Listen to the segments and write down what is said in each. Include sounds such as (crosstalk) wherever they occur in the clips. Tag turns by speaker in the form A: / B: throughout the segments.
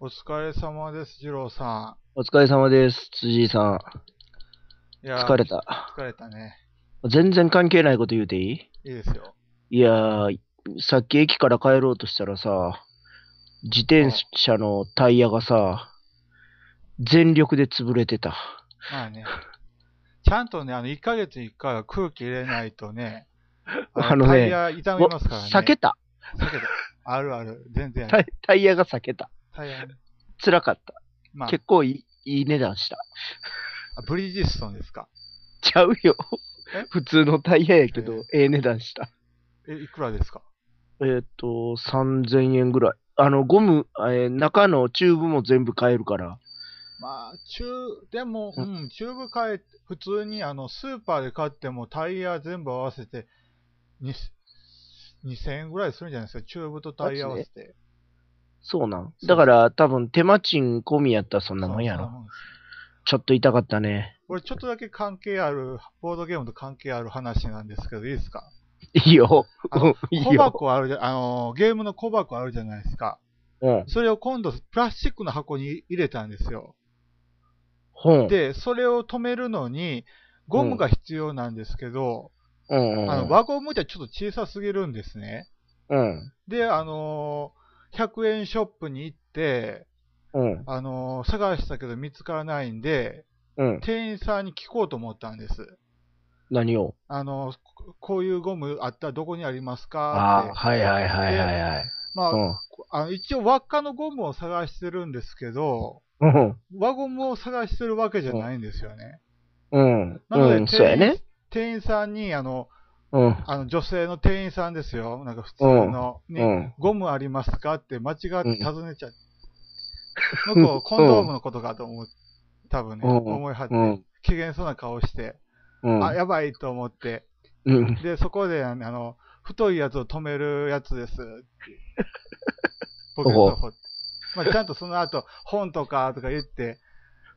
A: お疲れ様です、二郎さ
B: お疲れ様です、辻井さん。
A: ん。いやー
B: 疲れ。た。
A: 疲れたね。
B: 全然関係ないこと言うていい
A: いいですよ。
B: いやー、さっき駅から帰ろうとしたらさ、自転車のタイヤがさ、全力で潰れてた。
A: まあね。ちゃんとね、あの、1ヶ月に1回は空気入れないと
B: (laughs)
A: ね、
B: あのね
A: タイヤ痛みますからね。
B: 避けた
A: 避けたあるある。全然あ
B: タ
A: る。
B: イ。タイヤが避けた。
A: タイヤね。
B: 辛かった。
A: まあ、
B: 結構いいいい値段した。
A: あブリヂストンですか。
B: ちゃうよ
A: え。
B: 普通のタイヤやけど、ええ値段した。
A: え、いくらですか
B: えーっ、と、3000円ぐらい。あの、ゴム、えー中のチューブも全部買えるから。
A: まあ、中、でも、う、
B: うん
A: チューブ買え、普通に、あの、スーパーで買ってもタイヤ全部合わせて、に2000円ぐらいするんじゃないですか。チューブとタイヤ合わせて。
B: そうなん
A: そう
B: だから、多分手間賃込みやったらそんなもんや
A: そんな
B: ろ。
A: もんです
B: ちょっと痛かったね。 (laughs)
A: 俺、ちょっとだけ関係ある、ボードゲームと関係ある話なんですけど、いいですか
B: いいよ
A: あの。
B: (laughs) いい
A: 小
B: よ。
A: 箱あるじゃ、あのーゲームの小箱あるじゃないですか。
B: うん。
A: それを今度、プラスチックの箱に入れたんですよ。
B: 本。
A: で、それを止めるのに、ゴムが必要なんですけど、
B: うんうん
A: あの、輪ゴムじゃちょっと小さすぎるんですね。
B: うん。
A: で、あのー100円ショップに行って、
B: うん。
A: あのー探したけど見つからないんで、
B: うん。
A: 店員さんに聞こうと思ったんです。
B: 何を
A: あのーここういうゴムあったらどこにありますかって
B: ああ、はいはいはいはいはい。
A: まあ、
B: うん
A: あの一応輪っかのゴムを探してるんですけど、
B: うん。
A: 輪ゴムを探してるわけじゃないんですよね。
B: うん。
A: なので、
B: うん。
A: 店
B: そうや
A: 員
B: ね。
A: 店員さんにあの
B: うん。
A: あの、女性の店員さんですよ、なんか普通の、に
B: うん。
A: ゴムありますかって間違って尋ねちゃって、
B: うん
A: 向こう、コンドームのことかと思う、多分ね、
B: うん
A: 思いはって、
B: うん
A: 機嫌そうな顔して、
B: うん。
A: あ、やばいと思って、
B: うん。
A: で、そこで、あの、太いやつを止めるやつですって。ポケットを掘って。まあ、ちゃんとその後、本とかとか言って、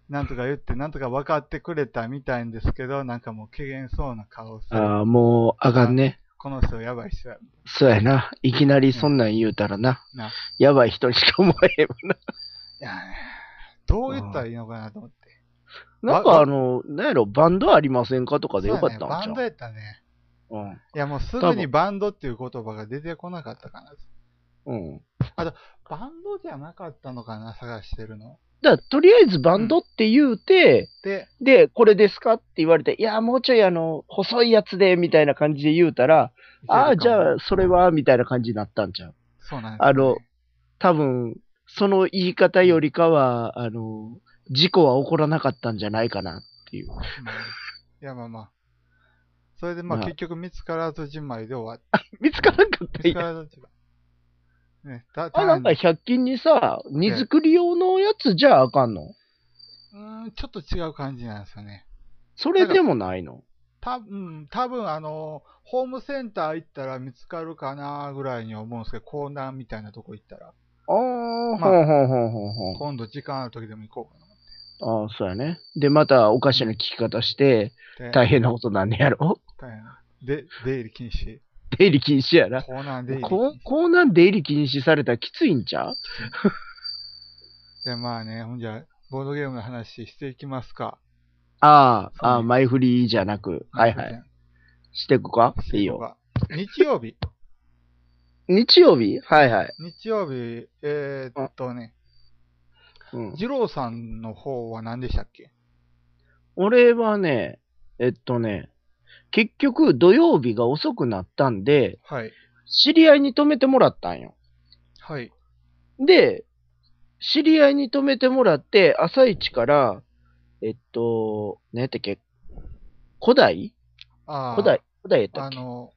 A: なんとか言って、なんとか分かってくれたみたいんですけど、なんかもう、機嫌そうな顔する。
B: ああ、もう、あかんね。
A: この人やばい人や。
B: そうやな。いきなりそんなん言うたらな
A: な。
B: やばい人にしか思えへんわな。
A: いやねどう言ったらいいのかなと思って。
B: なんかあの、なんやろ、バンドありませんかとかでよかったん
A: そうやねバン
B: ち
A: ド
B: ゃう
A: やったね。
B: うん。
A: いや、もうす
B: 多
A: ぐに
B: 分
A: バンドっていう言葉が出てこなかったかな。
B: うん。
A: バンドじゃなかったのかな、探してるの。
B: だからとりあえずバンドって言うて、
A: で、
B: で、これですかって言われて、いや、もうちょいあの、細いやつで、みたいな感じで言うたら、ああ、じゃあ、それは、みたいな感じになったんちゃう。
A: そうなんです、
B: あの、多分、その言い方よりかは、あの、事故は起こらなかったんじゃないかなっていう。
A: まあいや、まあまあ。それで、まあ、
B: まあ
A: 結局見つからずじまいで終わっ
B: 見つからんかった
A: 見つ
B: や
A: か
B: ん。
A: らずじまい。ね、た
B: あ、なんか
A: 単に
B: 100均にさ、荷造り用のやつじゃあかんの
A: うーん、ちょっと違う感じなんですよね。
B: それでもないの
A: 多分、多分あの、ホームセンター行ったら見つかるかなぐらいに思うんですけど、コーナーみたいなとこ行ったら、
B: ああ、
A: まあ
B: ほんほんほんほんほん。
A: 今度時間ある時でも行こうか
B: ああ、そうやね。で、またおかしな聞き方して、
A: な。で、
B: 大変なことなんねやろ (laughs)
A: 大変で、出入り禁止。
B: 出入り禁止やな。
A: コーナー出入り禁
B: こう、こうなん出入り禁止されたらきついんちゃう
A: 止。で、まあね、ほんじゃ、ボードゲームの話していきますか。
B: あ
A: そう
B: あ、ああ、前振りじゃなく、はいはい。。していくかいいよ。。
A: 日曜日。
B: 日曜日はいはい。
A: 日曜日、えー、っとね、
B: うん、
A: 二郎さんの方は何でしたっけ
B: 俺はね、えっとね、結局土曜日が遅くなったんで、
A: はい。
B: 知り合いに泊めてもらったんよ。
A: はい。
B: で、知り合いに泊めてもらって、朝一から、えっと、何やったっけ、古代
A: ああ、
B: 古代古代やった
A: あ
B: っけ
A: の、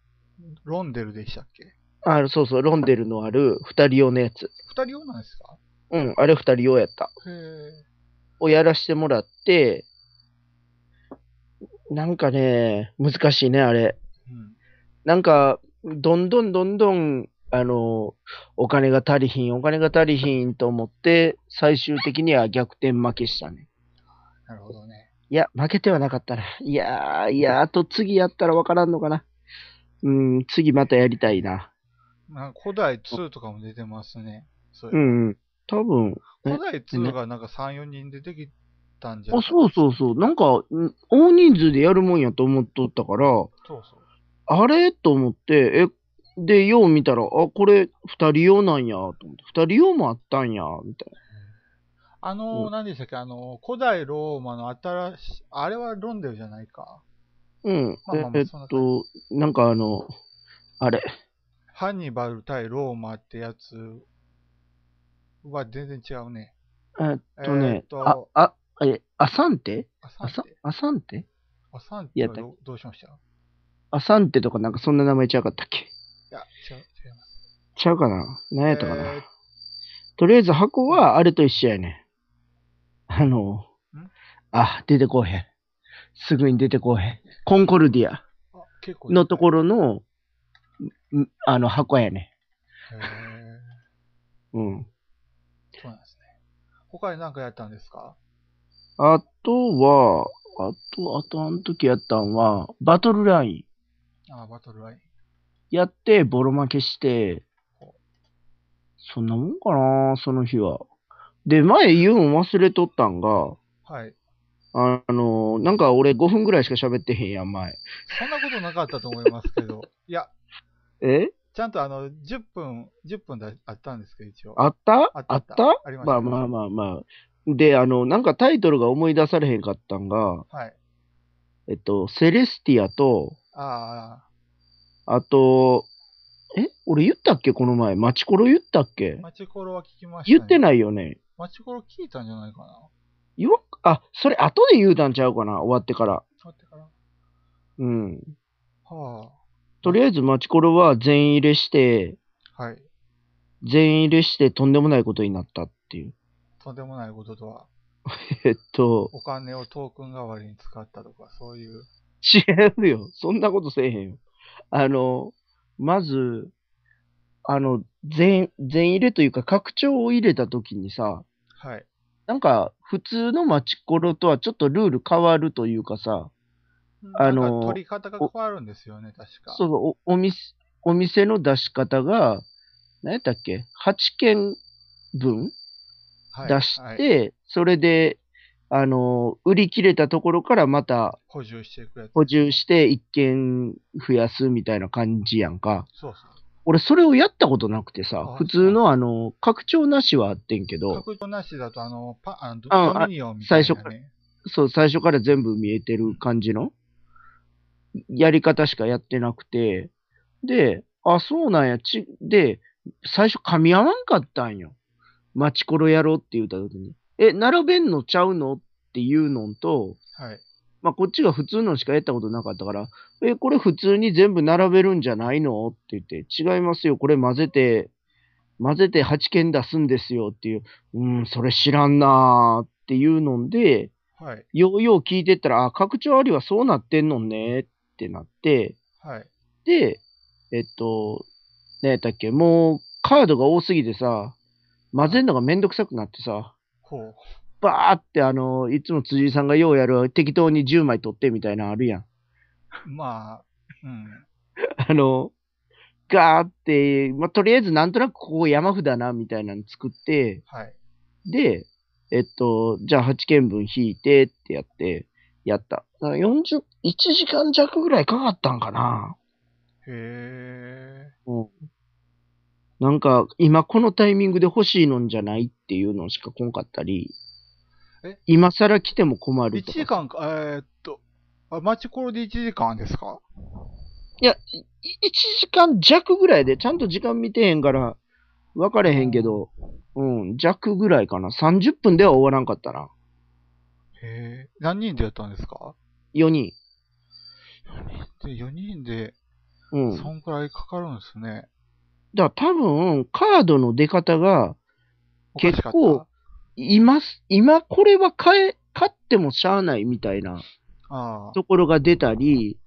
A: ロンデルでしたっけ
B: あそうそう、ロンデルのある二人用のやつ。
A: 二人用なんですか
B: うん、あれ二人用やった。
A: へえ。
B: をやらしてもらって、なんかね、難しいね、あれ。
A: うん。
B: なんか、どんどんどんどん、あの、お金が足りひん、お金が足りひんと思って、最終的には逆転負けしたね。
A: なるほどね。
B: いや、負けてはなかったな。いやー、いやー、あと次やったらわからんのかな。うん、次またやりたいな。
A: なんか古代2とかも出てますね。そうれ
B: ん、うん。多分、え
A: 古代2がなんか3、4人でできたんじゃ
B: あ、
A: な
B: そうそうそう。なんか、ん大人数でやるもんやと思っとったから、
A: そうそう。
B: あれと思って、え、で、よう見たら、あ、これ、二人用なんや、と思って。二人用もあったんや、みたい
A: あのー
B: うん
A: 何でしたっけ、あのー古代ローマの新しい、あれはロンデルじゃないか。
B: な。うん。
A: まあまあまあ
B: ええっ
A: そんな
B: と、なんかあの、あれ、
A: ハンニバル対ローマってやつは全然違うね。
B: えっとね、
A: えっと
B: あ、あ、え、アサンテ
A: あ、サ
B: ア
A: ン
B: サ
A: テ。
B: アサンテ
A: あ、サン
B: い
A: テ
B: や
A: はどどうしましたい
B: アサンテとかなんかそんな名前ちゃうかったっけ
A: や、違う、違います。
B: ちゃうかな何やったかな、
A: えー
B: とりあえず箱はあれと一緒やねん。あの
A: ん、
B: あ、出てこうへん。すぐに出てこうへん。コンコルディア
A: あ結構
B: のとこ
A: ろ。
B: ろの、んあの、箱やね
A: へー
B: ん。うん。
A: そうなんですね。他に何かやったんですか
B: あとは、あと、あとあの時やったんは、バトルライン。
A: あ、バトルライン。
B: やって、ボロ負けして、そんなもんかなその日は。で、前言うん忘れとったんが、
A: はい。
B: あの、なんか俺5分ぐらいしか喋ってへんやん、前。
A: そんなことなかったと思いますけど。 (laughs) いや、
B: え
A: ちゃんとあの、10分、10分だあったんですけど、一応。
B: あった
A: あ
B: あ
A: っ
B: ったた
A: ありました
B: まあまあまあまあ。で、あの、なんかタイトルが思い出されへんかったんが、
A: はい。
B: えっと、セレスティアと、
A: あ
B: あと、え俺言ったっけこの前。マチコロ言ったっけ
A: あ、マチコロは聞きました、ね。
B: 言ってないよね。
A: マチコロ聞いたんじゃないかな。
B: 言わんあ、それ後で言うたんちゃうかな終わってから。
A: 待ってから。
B: うん。
A: は
B: とりあえずマチコロは全員入れして、
A: あ。はい。
B: 全員入れしてとんでもないことになったっていう。 (laughs)
A: とんでもないこととは、
B: えっと、
A: お金をトークン代わりに使ったとか、そういう。
B: 違うよ。そんなことせえへんよ。あの、まず、あの、全、全入れというか、拡張を入れたときにさ、
A: はい。
B: なんか、普通のマチコロとはちょっとルール変わるというかさ、あのー
A: なんか取り方が変わるんですよね、確か。。
B: そうのお、お店、お店の出し方が、何やったっけ ?8 件分
A: はい、
B: 出して、
A: はい
B: それで、あの、売り切れたところからまた
A: 補充していくやつ。
B: 補充して1件増やすみたいな感じやんか。
A: そうそう。
B: 俺、それをやったことなくて
A: あ
B: さ、普通の、あの、拡張なしはあってんけど、
A: 拡張なしだと、あの、パあのド
B: あ
A: ドミニオンみたいな、ね。
B: 最初からそう、最初から全部見えてる感じの、やり方しかやってなくて、で、あ、そうなんや、ち、で、最初噛み合わんかったんよ。マチコロやろうって言った時に。え、並べんのちゃうのっていうのと、
A: はい。
B: まあ、こっちが普通のしかやったことなかったから、え、これ普通に全部並べるんじゃないのって言って、違いますよ、これ混ぜて、混ぜて8件出すんですよっていう、うん、それ知らんなーっていうので、
A: はい。
B: ようよう聞いてったら、あ、拡張ありはそうなってんのねってなって、
A: はい。
B: で、えっと、何やったっけ、もうカードが多すぎてさ、混ぜるのがめんどくさくなってさ、
A: ほう。
B: バーってあの、いつも辻井さんがようやる適当に10枚取ってみたいなのあるやん。
A: まあ、うん。
B: (laughs) あの、ガーって、まあ、とりあえずなんとなくここ山札な、みたいなの作って、
A: はい。
B: で、えっと、じゃあ8件分引いてってやって、やった。だから40、1時間弱ぐらいかかったんかな。
A: へえ。
B: うん。なんか、今このタイミングで欲しいのんじゃないっていうのしか来んかったり
A: え、
B: 今更来ても困る
A: 1
B: と
A: 時
B: か。
A: 間か、えーっと、あ、マチコロで1時間ですか
B: いや、1時間弱ぐらいで、ちゃんと時間見てへんから、分かれへんけど、うん、弱ぐらいかな。30分では終わらんかったな。
A: へえ。何人でやったんですか
B: 4人。
A: で ?4 人で、
B: うん。
A: そんくらいかかるんですね。
B: だから多分、カードの出方が、
A: おかしかった
B: 結構。今す、今これは買え、買ってもしゃあないみたいな
A: あ
B: ところが出たり、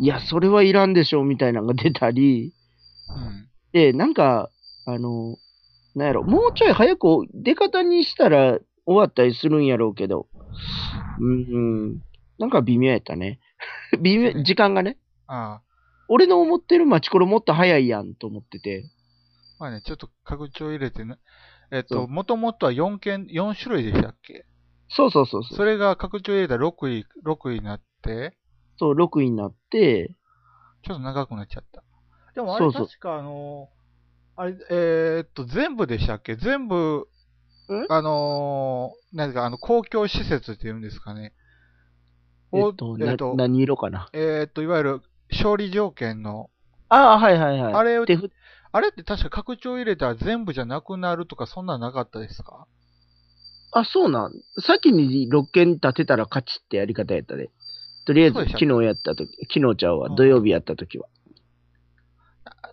B: いや、それはいらんでしょうみたいなのが出たり、
A: あ。うん。
B: で、なんか、あの、なんやろ、もうちょい早く出方にしたら終わったりするんやろうけど、うん、うん、なんか微妙やったね。 (laughs) 微妙、時間がね。
A: ああ。
B: 俺の思ってるマチコロもっと早いやんと思ってて。
A: まあね、ちょっと拡張入れてな、えっ
B: そ
A: と、
B: う
A: もともとは4件、4種類でしたっけ
B: そうそうそうそう。
A: それが拡張エーダー6位、6位になって、
B: そう、6位になって、
A: ちょっと長くなっちゃった。でもあれ
B: そうそう
A: 確かあの、あれ、えーっと、全部でしたっけ全部
B: ん、
A: あのー、なんですか、あの、公共施設っていうんですかね。
B: え
A: お
B: っと、
A: え
B: な
A: っと
B: 何色かな。
A: えーっと、いわゆる勝利条件の、
B: ああ、はいはいはい。
A: あれ
B: 手振
A: あれって確か拡張入れたら全部じゃなくなるとか、そんなんなかったですか
B: あ、そうなん。先に6件立てたら勝ちってやり方やったで。とりあえず
A: そうでしたっ
B: 昨
A: け
B: 日やったとき、昨日ちゃうわ、
A: うん
B: 土曜日やったときは。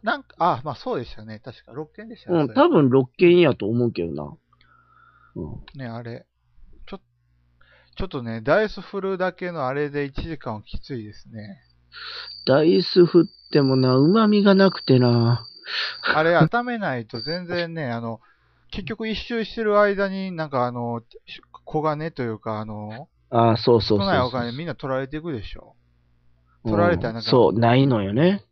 A: なんか、あ、まあそうでしたね。確か6件でしたね。
B: うん、
A: それ
B: 多分6件やと思うけどな。うん、
A: ね、あれ。ちょ、ちょっとね、ダイス振るだけのあれで1時間はきついですね。
B: ダイス振ってもな、旨味がなくてな。
A: あ
B: (laughs)
A: れ、温めないと全然ね、あの、結局一周してる間に、なんかあの、し小金というか、あの、
B: ああ、そうそう
A: 少
B: そうそう。
A: ないお金みんな取られていくでしょ。
B: うん
A: 取られたらなんか
B: そう、ないのよね。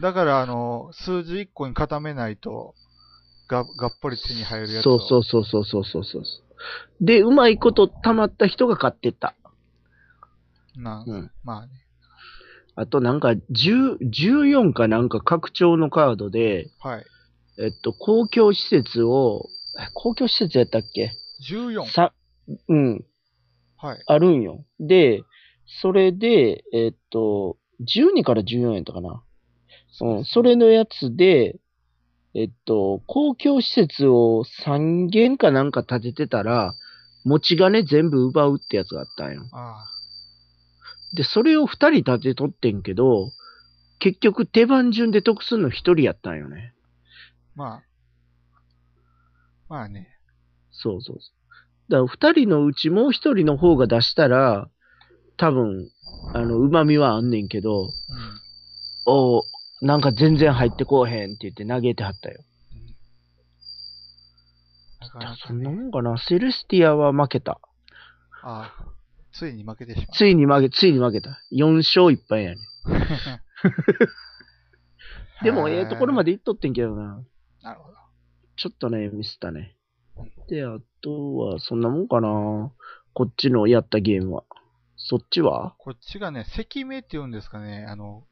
A: だから、あの、数字1個に固めないと、が、がっぽり手に入るやつ
B: そ
A: を。
B: うそうそうそうそうそうそう。で、うまいこと溜まった人が買ってった。
A: なん、
B: うん
A: まあね。
B: あとなんか10、14かなんか拡張のカードで、
A: はい。
B: えっと、公共施設を、え公共施設やったっけ
A: 14。
B: さ、うん、
A: はい。
B: あるんよ。で、それで、えっと、12から14円とかな。うん、それのやつで、えっと、公共施設を3軒かなんか建ててたら、持ち金全部奪うってやつがあったんよ。
A: あ
B: で、それを2人立てとってんけど、結局手番順で得するの1人やったんよね。
A: あ、まあ。まあね。
B: そうそうそう。だから2人のうちもう1人の方が出したら、多分、あの、旨味はあんねんけど、
A: うん。
B: おーなんか全然入ってこうへんって言って嘆いてはったよ。
A: なか
B: だから
A: な
B: そ
A: か
B: ん
A: ね
B: なもんかな。セルスティアは負けた。
A: ああ、ついに負けてしま
B: ついに負け、ついに負けた。4勝1敗やねん。
A: う。
B: (laughs) でも、ええところま
A: で。
B: で行っとってんけどな。
A: (laughs) なるほど。
B: ちょっとね、ミスったね。で、あとは、そんなもんかな。こっちのやったゲームは。そっちは
A: こっちがね、関名って言うんですかね、あの、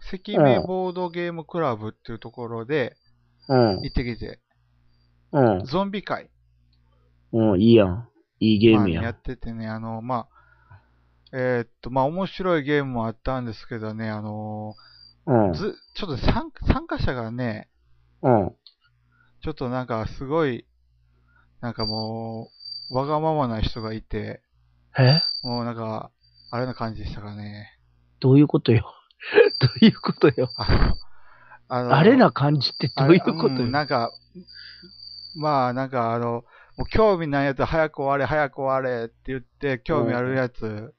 A: 関名ボードゲームクラブっていうところで
B: うん。
A: 行ってきて、
B: うん。
A: ゾンビ会、
B: うん、いいやん。いいゲー
A: まあ
B: ム
A: ね
B: やん。
A: やっててね、あの、まあ、えーっと、まあ、面白いゲームもあったんですけどね、あの
B: うん。
A: ず、ちょっと参参加者がね、
B: うん。
A: ちょっとなんかすごい、なんかもう、わがままな人がいて、
B: え
A: もうなんか、あれな感じでしたかね。
B: どういうことよ。 (laughs) どういうことよ。
A: あの、あの
B: あれな感じってどういうこと
A: あれん
B: よ。
A: なんか、まあなんかあの、もう興味ないやつ早く終われ、早く終われって言って、興味あるやつ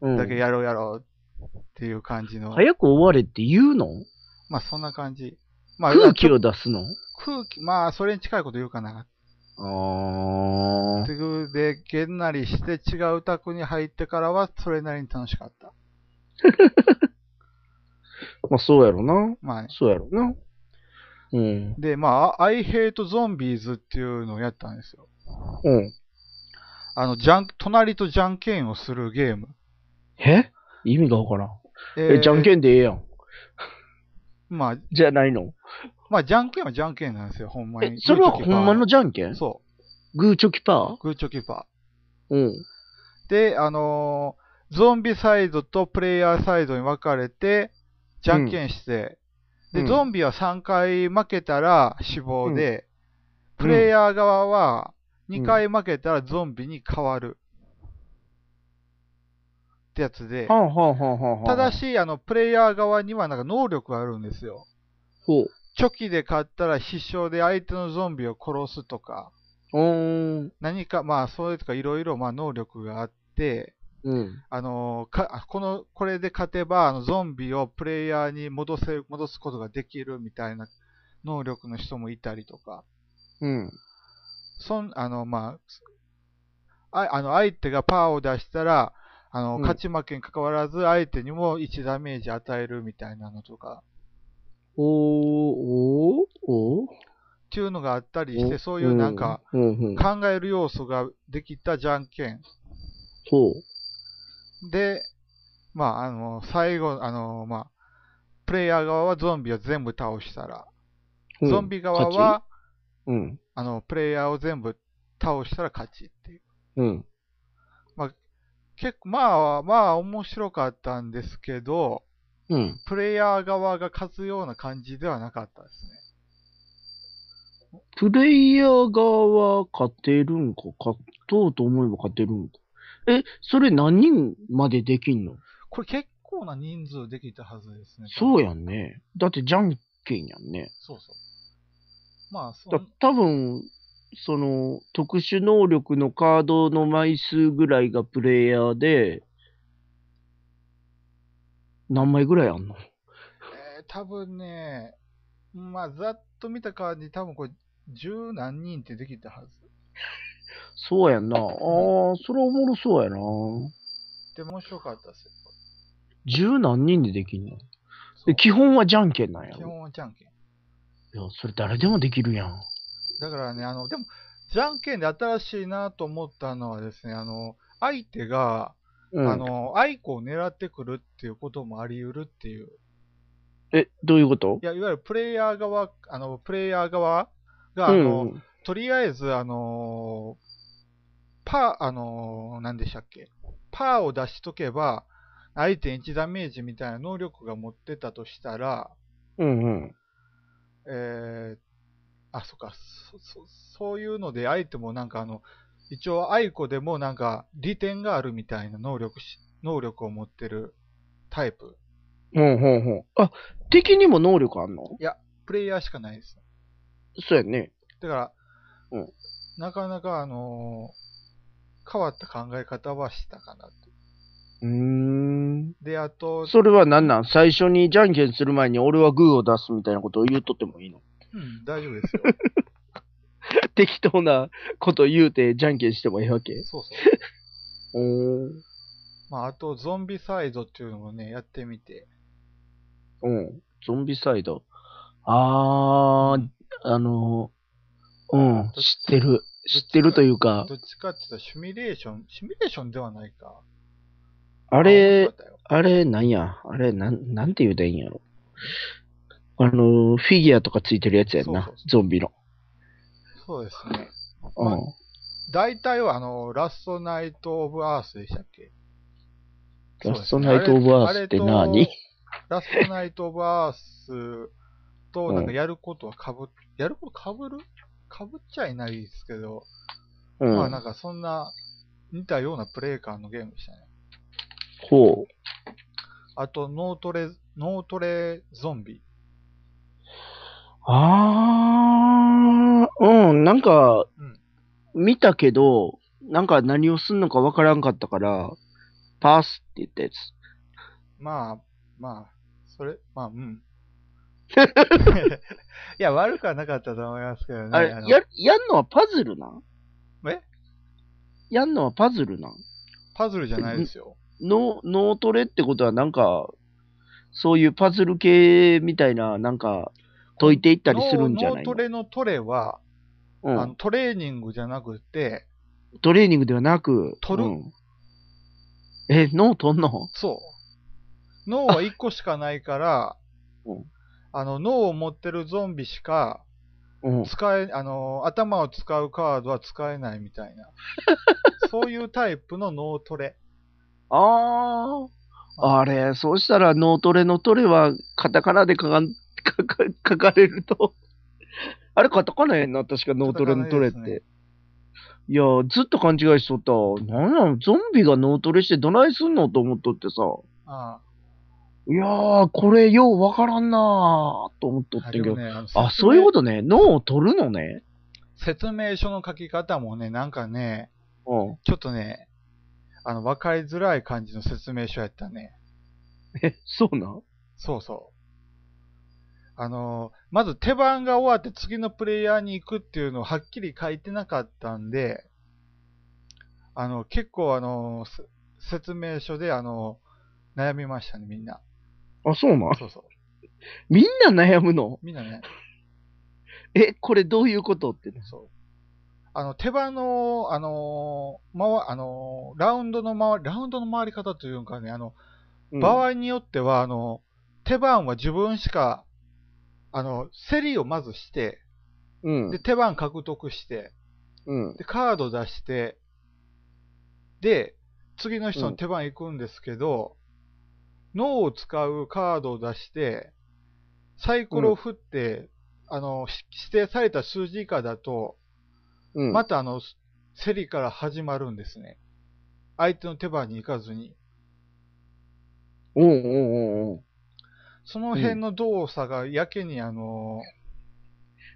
B: うん
A: だけやろうやろうっていう感じの、
B: 早く終われって言うの
A: まあそんな感じ。まあ
B: 空気
A: を
B: を出すの
A: 空気、まあそれに近いこと言うかな。
B: あー
A: すぐで、げんなりして違う宅に入ってからはそれなりに楽しかった。
B: まあそうやろな。
A: まあね。
B: そうやろな。うん。
A: で、まあ、I hate zombies っていうのをやったんですよ。
B: うん。
A: あの、じゃん、隣とじゃんけんをするゲーム。
B: え意味がわからん。
A: え
B: え、じゃん
A: ん
B: けんでええやん。
A: まあ、
B: じゃないの
A: まあ、じゃんけんはじゃんけんなんですよ、ほんま
B: え
A: に。、
B: それはほんまの
A: じ
B: じゃんけん
A: そ
B: グーチョキパー
A: う、グーチョキパ
B: うん。
A: ー。で、あのーゾンビサイドとプレイヤーサイドに分かれて、じゃんけんして、
B: うん
A: で、ゾンビは3回負けたら死亡で、
B: うん
A: プレイヤー側は
B: ん
A: 2回負けたらゾンビに変わる。ってやつで、
B: はあはあはあはあはあ。
A: ただ、し、あの、プレイヤー側にはなんか能力があるんですよ。
B: ほう。
A: チョキで勝ったら必勝で相手のゾンビを殺すとか、
B: うーん。
A: 何か、まあ、そういうとかいろいろ、まあ、能力があって、
B: うん。
A: あのーか、あこの、これで勝てば、あの、ゾンビをプレイヤーに戻せ、戻すことができるみたいな能力の人もいたりとか、
B: うん。
A: そん、あの、まあ、ああの、相手がパーを出したら、あの、
B: うん
A: 勝ち負けに関わらず、相手にも1ダメージ与えるみたいなのとか、
B: おー、おー、おー
A: っていうのがあったりして、そういうなんか、、
B: うんうんうん、
A: 考える要素ができたじゃんけん。
B: ほう。
A: で、まあ、あの、最後、あの、まあ、プレイヤー側はゾンビを全部倒したら、
B: うん
A: ゾンビ側は、
B: うん。
A: あの、プレイヤーを全部倒したら勝ちっていう。
B: うん。
A: 結構、まあ、まあ、面白かったんですけど、
B: うん。
A: プレイヤー側が勝つような感じではなかったですね。
B: プレイヤー側は勝てるんか、勝とうと思えば勝てるんか。え、それ何人までできんの
A: これ結構な人数できたはずですね。
B: そう
A: や。
B: やんね。だってじゃんけんやんね。
A: そうそう。まあ、そ
B: だ
A: う。
B: 多分、その、特殊能力のカードの枚数ぐらいがプレイヤーで、何枚ぐらいあんの
A: えー多分ね、まあ、ざっと見た感じ、多分これ、十何人ってできたはず。
B: そうやんな。ああ、それおもろそうやな。
A: でも面白かったですよ。
B: 十何人でできんの
A: そう
B: で基本はじゃんけんなんや
A: 基
B: ろ。
A: 本はじゃんけん。
B: いや、それ誰でもできるやん。
A: だからね、あの、でも、じゃんけんで新しいなと思ったのはですね、あの、相手が、
B: うん、
A: あの、アイコを狙ってくるっていうこともあり得るっていう。
B: え、どういうこと
A: いや、いわゆるプレイヤー側、あの、プレイヤー側が、あ
B: う
A: の、
B: ん、
A: とりあえず、あのーパー、あのー、何でしたっけ、パーを出しとけば、相手1ダメージみたいな能力が持ってたとしたら、
B: うん、うん。
A: えー、あ、そっかそそ、そういうので、相手もなんかあの、一応、アイコでもなんか、利点があるみたいな能力し、能力を持ってるタイプ。
B: ほうほうほう。あ、敵にも能力あんの
A: プレイヤーしかないです。
B: そうやね。
A: だから、
B: うん
A: なかなか、あのー変わった考え方はしたかなと。
B: うーん。
A: で、あと、
B: それはなんなん最初にじゃんけんする前に俺はグーを出すみたいなことを言うとってもいいの
A: うん、大丈夫ですよ。
B: (laughs) 適当なこと言うてじゃんけんしてもいいわけ
A: そうそう。
B: おー
A: まあ、あと、ゾンビサイドっていうのもね、やってみて。
B: うん。ゾンビサイド。あー、あの、うん、知ってる。知ってるというか、
A: どっちかって言ったら、シミュレーション、シミュレーションではないか。
B: あ
A: あ
B: れ、
A: 面白かったよ
B: あれ、なんやあれ、なん、なんて言うたらいいんやろ。あのー、フィギュアとかついてるやつやんな。
A: そうそう
B: ゾンビの。
A: そうですね。
B: う
A: ま
B: ん。
A: 大体は、あの、ラストナイト・オブ・アースでしたっけ
B: ラストナイトオブアースって
A: あれ
B: 何
A: とラストナイト・オブ・アースと、なんかやることはかぶ、やることかぶるかぶっちゃいないですけど、
B: う
A: まあなん
B: ん。
A: かそんな似たようなプレイ感のゲームでしたね。
B: ほう。
A: あと、脳トレ、脳トレゾンビ。
B: あー、うん、なんか
A: うん、
B: 見たけど、なんか何をすんのかわからんかったから、パースって言ったやつ。
A: まあ、まあ、それ、まあ、う
B: (laughs)
A: ん。 (laughs) いや、悪くはなかったと思いますけどね。
B: あれ
A: あ、の
B: や、やんのはパズルなん
A: え
B: やんのはパズルなん
A: パズルじゃないですよ。
B: 脳脳トレってことはなんか、そういうパズル系みたいな、なんか、解いていったりするんじゃない
A: 脳ト
B: の
A: レのトレは、
B: う
A: あの
B: ん、
A: トレーニングじゃなくて、
B: トレーニングではなく、
A: 取る
B: うんえ、脳取んの
A: そう。脳は1個しかないから
B: うん、
A: あの脳を持ってるゾンビしか
B: うん。
A: 使え、あの、頭を使うカードは使えないみたい
B: (laughs)
A: な。そういうタイプの脳トレ。
B: ああ。あれ、そうしたら脳トレのトレは、カタカナで書かん、書か、書かれると。あれ、カタカナやんな、確か脳トレのトレって。
A: カタカナで
B: いや、ずっと勘違いしとった。なんなん、ゾンビが脳トレしてどないすんのと思っとってさ。
A: あ
B: いやー、これようわからんなーと思っとっ
A: あ
B: てん
A: で
B: けど。
A: もねあの
B: あ、
A: 説明
B: そういうことね。脳を取るのね。
A: 説明書の書き方もね、なんかね、
B: うん。
A: ちょっとね、あの、わかりづらい感じの説明書やったね。
B: え、そうなん
A: そうそう。あの、まず手番が終わって次のプレイヤーに行くっていうのをはっきり書いてなかったんで、あの、結構あの、せ説明書であの、悩みましたね、みんな。
B: あ、そうなん
A: そうそう。
B: みんな悩むの
A: みんなね、
B: え、これどういうことって。
A: そう。あの、手羽の、あのー、まわ、あのーラウンドの回り、ラウンドの回り方というんかね、あの、
B: うん
A: 場合によっては、あの、手番は自分しか、あの、競りをまずして、
B: うん
A: で、。手番獲得して、
B: うん。
A: で、カード出して、で、次の人の手番行くんですけど、脳を使うカードを出して、サイコロを振って、あの、し指定された数字以下だと、
B: うん。
A: またあの、競りから始まるんですね。相手の手番に行かずに。
B: おうんうんうんうん。
A: その辺の動作がやけにあの、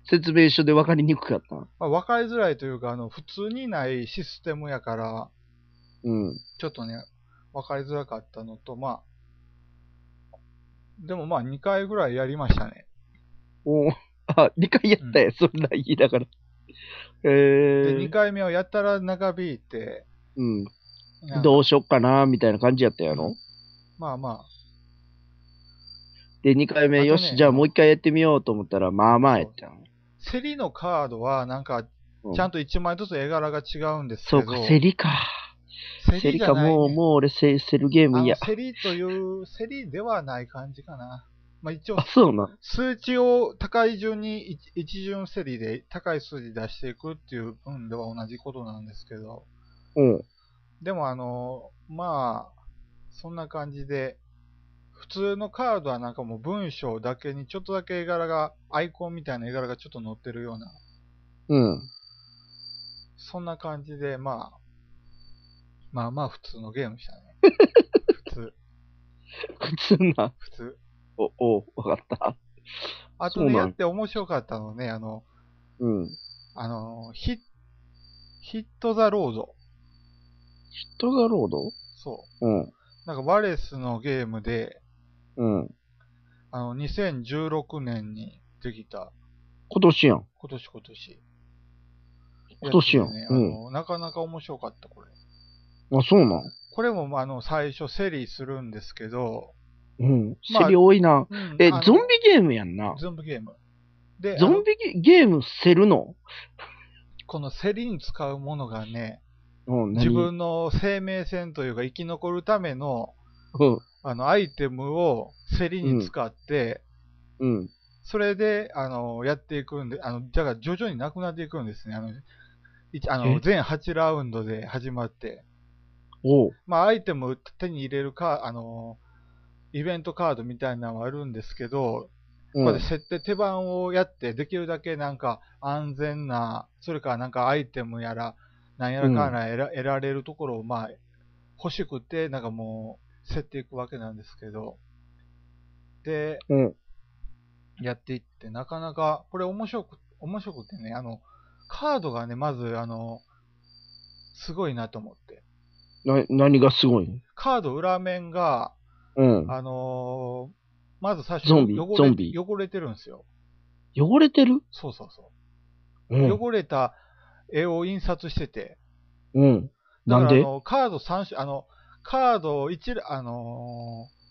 B: 説明書で分かりにくかった。
A: まあ、分かりづらいというか、あの、普通にないシステムやから、
B: うん。
A: ちょっとね、分かりづらかったのと、まあ、でもまあ2回ぐらいやりましたね。
B: おーあ、2回やったや、そんな言いながら。え
A: で、
B: ー
A: 2、回目をやったら長引いて、
B: うん。
A: なんか
B: どうしよっかな、みたいな感じやったやろ。
A: まあま
B: で、2回
A: あ
B: 目、
A: とね
B: よし、じゃあもう1回やってみようと思ったら、まあまあやったの。
A: あ、競りのカードはなんか、
B: うん
A: ちゃんと1枚ずつ絵柄が違うんですけ
B: そ
A: ど、
B: うか、セリか。セ
A: 競り
B: リ
A: じゃ
B: か、
A: ない、ね。
B: もう、もう俺セ、セルゲー
A: あ
B: ム
A: の
B: いや。
A: 競りという、競りではない感じかな。まあ一応
B: あ、、そうな。
A: 数値を高い順に一一巡競りで高い数字出していくっていう分では同じことなんですけど、
B: うん。
A: でもあの、まあ、そんな感じで、普通のカードはなんかもう文章だけにちょっとだけ絵柄が、アイコンみたいな絵柄がちょっと載ってるような、
B: うん。
A: そんな感じで、まあ、まあまあ普通のゲームでしたね。普通、
B: 普通な。
A: 普通。
B: お、お、わかった。
A: あと
B: そうなん
A: でやって面白かったのね、あの、
B: うん。
A: あの、ヒッ、ヒットザロード。
B: 人がロード
A: そう。
B: うん。
A: なんかワレスのゲームで、
B: うん。
A: あの、2016年にできた、
B: 今年やん。
A: 今年今年。
B: 今年やん
A: つでねあ
B: うん
A: の、なかなか面白かった、これ。
B: あ、そうなん。
A: これも、まああの、最初、セリするんですけど、
B: うん。
A: まあ
B: セリ多いな。
A: うん
B: え
A: あの、
B: ゾンビゲームやんな。
A: ゾンビゲーム。で、
B: ゾ
A: あ
B: ン
A: の
B: ビゲゲームセルの
A: このセリに使うものがね、
B: うん、何
A: 自。分の生命線というか、生き残るための、
B: うん。
A: あの、アイテムをセリに使って、
B: うん。
A: それで、あの、やっていくんで、あの、じゃが徐々になくなっていくんですね。あの、いあの
B: え
A: 全8ラウンドで始まって、
B: おう。
A: まあ、アイテムを手に入れるか、あの、イベントカードみたいなのはあるんですけど、
B: うん
A: これ設定手番をやって、できるだけなんか安全な、それからなんかアイテムやら、なんやらかんやら得ら,、得られるところを、まあ、欲しくて、なんかもう、競っていくわけなんですけど、で、
B: うん。
A: やっていって、なかなか、これ面白く、面白くてね、あの、カードがね、まず、あの、すごいなと思って。
B: な、何がすごいの
A: カード裏面が、
B: うん。
A: あのーまず最初
B: ゾンビ
A: 汚れ
B: ゾンビ
A: 汚れてるんですよ。
B: 汚れてる
A: そうそうそうう。
B: ん。
A: 汚れた絵を印刷してて。
B: うん。なん
A: だから
B: で
A: あの、カード3種、あの、カードを一ら、あのー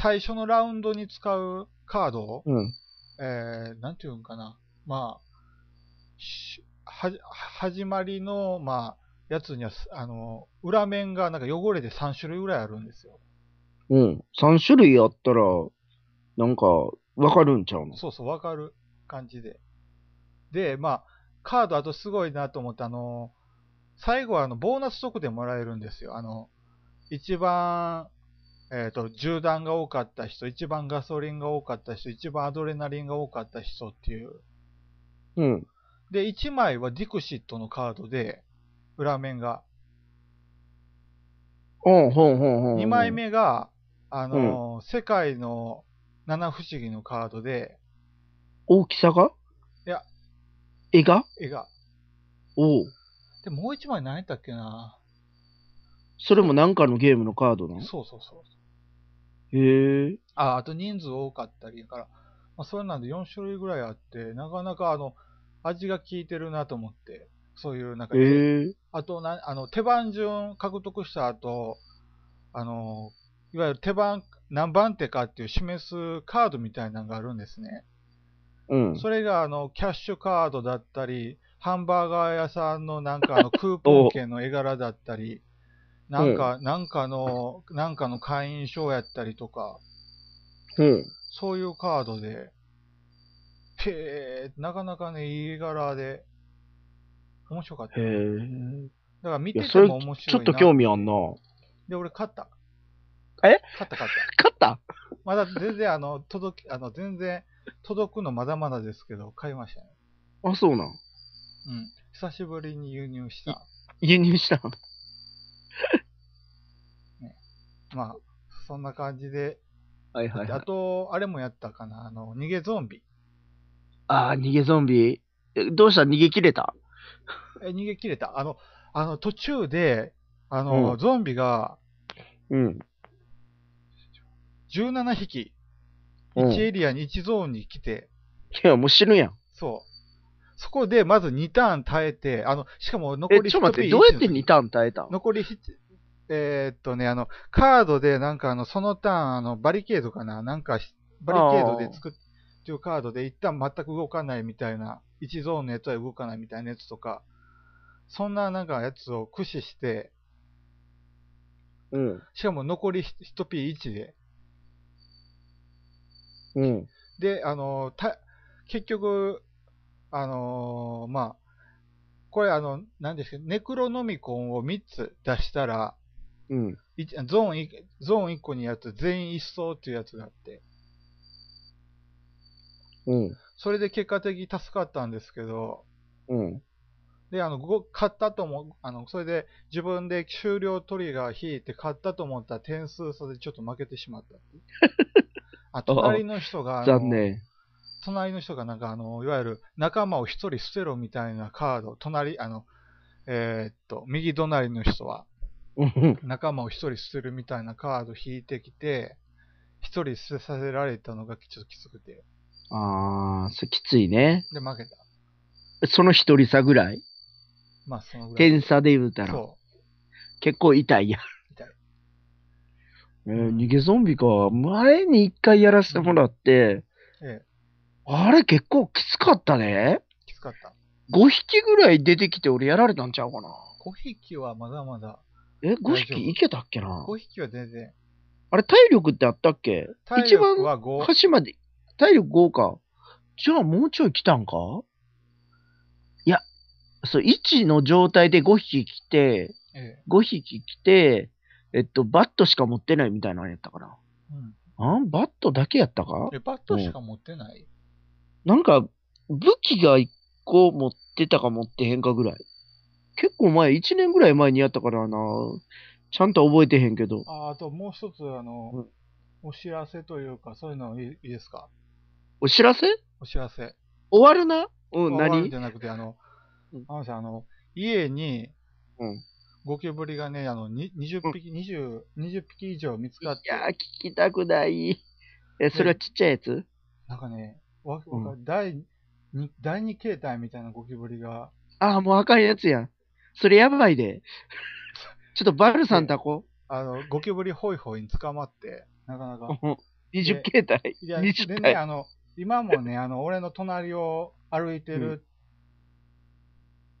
A: 最初のラウンドに使うカードを、
B: うん。
A: えー、なんていうんかな、まあ、しはじ始まりの、まあ、やつにはす、あの、裏面がなんか汚れて3種類ぐらいあるんですよ。
B: うん。3種類あったら、なんか、わかるんちゃうの
A: そうそう、わかる感じで。で、まあ、カードあとすごいなと思って、あの、最後はあの、ボーナス得点もらえるんですよ。あの、一番、えっ、と、銃弾が多かった人、一番ガソリンが多かった人、一番アドレナリンが多かった人っていう。
B: うん。
A: で、1枚はディクシットのカードで、裏面が。
B: うん、ほんほんほん。
A: 2枚。目が、あのー世界の七不思議のカードで、
B: 大きさが
A: いや。
B: 絵が
A: 絵が。
B: おう。
A: で、もう1枚何やったっけな
B: それもなんかのゲームのカードなの
A: そうそうそう。
B: へえ。
A: あ、あと人数多かったりやから、まあ、それなんで4種類ぐらいあって、なかなかあの、味が効いてるなと思って、そういうなんか、
B: へえ。
A: あとな、あの、手番順獲得した後、あのー、いわゆる手番、何番手かっていう示すカードみたいなのがあるんですね。
B: うん。
A: それがあのキャッシュカードだったり、ハンバーガー屋さんのなんかあのクーポン券の絵柄だったり、なんか、なんかの、なんかの会員証やったりとか、
B: うん。
A: そういうカードで、へえ、なかなかね、いい絵柄で、面白かった。
B: へ
A: だ
B: え。
A: から見
B: い
A: て
B: や、
A: て
B: それ、ち
A: も
B: ょ
A: 面白いな。
B: っと興味あんな。
A: で、俺買った。
B: え
A: 買った買った。
B: 勝った
A: まだ全然、あの、届き、あの、全然、届くのまだまだですけど、買いましたね。
B: あ、そうな
A: う
B: ん。
A: ん。久しぶりに輸入した。
B: 輸入した。
A: まあ、そんな感じで。
B: はいはい、
A: であと、あれもやったかな。あの、逃げゾンビ。
B: ああ、逃げゾンビ。えどうした逃げ切れた
A: え、逃げ切れた。あの、あの、途中で、あの、
B: うん
A: ゾンビが
B: うん。
A: 17匹、
B: うん
A: 1エリアに1ゾーンに来て、
B: いや、もう死ぬやん。
A: そう。そこで、まず2ターン耐えて、あの、しかも残
B: え、
A: り
B: ちょっと待って、
A: 1
B: どうやって
A: の時
B: 2ターン耐えたん
A: 残り7、えーっとね、あの、カードで、なんかあの、そのターン、あの、バリケードかななんかし、バリケードで作っっていうカードで、一旦全く動かないみたいな、1ゾーンのやつは動かないみたいなやつとか、そんななんかやつを駆使して、
B: うん。
A: しかも残り 1P1 で、
B: うん。
A: で、あの、た、結局、あのーまあ、これあの、なんですけど、ネクロノミコンを3つ出したら、
B: うん。
A: いちゾーンい、ゾーン1個にやつ、全員一掃っていうやつがあって、
B: うん。
A: それで結果的に助かったんですけど、
B: うん。
A: で、あの、ご買ったとも、あの、それで自分で終了トリガー引いて買ったと思ったら点数差でちょっと負けてしまったって
B: (laughs)
A: いう。あ、隣の人が、あの
B: 残念。
A: 隣の人がなんかあの、いわゆる仲間を一人捨てろみたいなカード、隣、あの、えーっと、右隣の人は、
B: うん。
A: 仲間を一人捨てるみたいなカード引いてきて、一人捨てさせられたのがちょっときつくて、
B: ああ、それきついね。
A: で、負けた。
B: その一人差ぐらい
A: まあ、そのぐらい。
B: 点差で言うたら、
A: そ
B: 結構痛いやん。
A: 痛い
B: えー逃げゾンビか。前に一回やらせてもらって、
A: う。ええ、
B: あれ結構きつかったね。
A: きつかった。
B: 5匹ぐらい出てきて俺やられたんちゃうかな。
A: 5匹はまだまだ、
B: え、5
A: 大丈夫
B: 匹いけたっけな
A: 5匹は全然。
B: あれ、体力ってあったっけ
A: 体
B: 一
A: 力
B: 番
A: は5、
B: 端まで、体力5か。じゃあもうちょい来たんかいや、そう、1の状態で5匹来て、
A: ええ、
B: 5匹来て、えっと、バットしか持ってないみたいなのやったかな。
A: うん。
B: あんバットだけやったか
A: え、バットしか持ってない、
B: なんか、武器が1個持ってたか持ってへんかぐらい。結構前、1年ぐらい前にやったからな、ちゃんと覚えてへんけど。
A: あ、あともう一つ、あの、
B: うん
A: お知らせというか、そういうのいいいですか
B: お知らせ
A: お知らせ。
B: 終わるなう
A: 終
B: ん、
A: わるん
B: 何
A: じゃなくて、あの
B: うん、
A: あのさん、あの、家に、
B: うん
A: ゴキブリがね、あの、に20匹、20、20匹以上見つかって
B: い、やー、聞きたくない。え、それはちっちゃいやつ
A: なんかね、わ、
B: うん
A: わか第二、第二形態みたいなゴキブリが、
B: ああ、もうあかんやつやん。それやば
A: (laughs)
B: いで。ちょっとバルさんたこ。
A: あの、ゴキブリホイホイに捕まって、なかなか。
B: 20形態。
A: いや、で
B: 20
A: ね、
B: 体。
A: あの、今もね、あの、俺の隣を歩いてる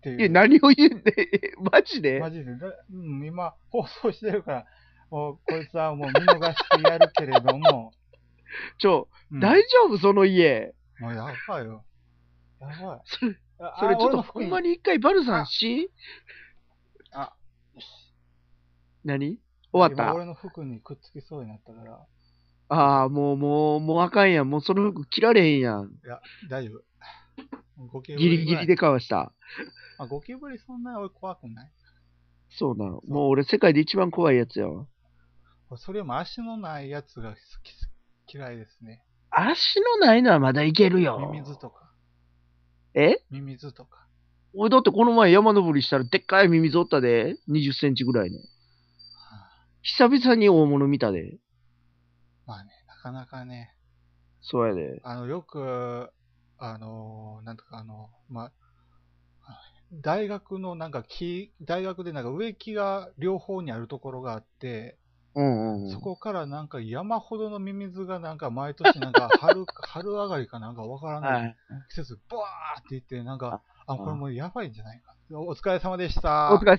A: って
B: い
A: い
B: や、
A: う。
B: 何を言うんで、 (laughs) えマジで
A: マジで、だうん、今、放送してるから、もう、こいつはもう見逃してやるけれども、
B: ちょ、
A: うん
B: 大丈夫その家。
A: もうやばいよ。やばい。
B: (laughs) それ、
A: あ
B: それちょっと
A: あ
B: ほん
A: 俺の
B: ま
A: 服に
B: に一回バルさんし
A: あ、
B: 何終わ
A: 今
B: っ
A: 俺の服にくっつきそうになったから、
B: たああ、もう、もう、もうあかんやん。もうその服着られへんやん。
A: 大丈夫。ゴキブ
B: ギ
A: リ
B: リギリでかわした。
A: あ、ゴキブリそんな俺怖くない
B: そうなの。
A: そう
B: もう俺世界で一番怖いやつやわ。
A: 俺それよりも足のないやつが好き、嫌いですね。
B: 足のないのはまだいけるよ。
A: ミミズとか、
B: え
A: ミミズとか。
B: 俺だってこの前山登りしたらでっかいミミズおったで、20センチぐらいの。久々に大物見たで。
A: まあね、なかなかね、
B: そうやで。
A: あの、よく、あのー、なんとかあの、まあ、大学のなんか木、大学でなんか植木が両方にあるところがあって、
B: うんうん。
A: そこからなんか山ほどのミミズがなんか毎年なん (laughs) か春、春上がりかなんかわから
B: は
A: ない
B: い。
A: 季節、ブワーっていって、なんか、あ、これもうやばいんじゃないか。お疲れ様でした。
B: お疲れ様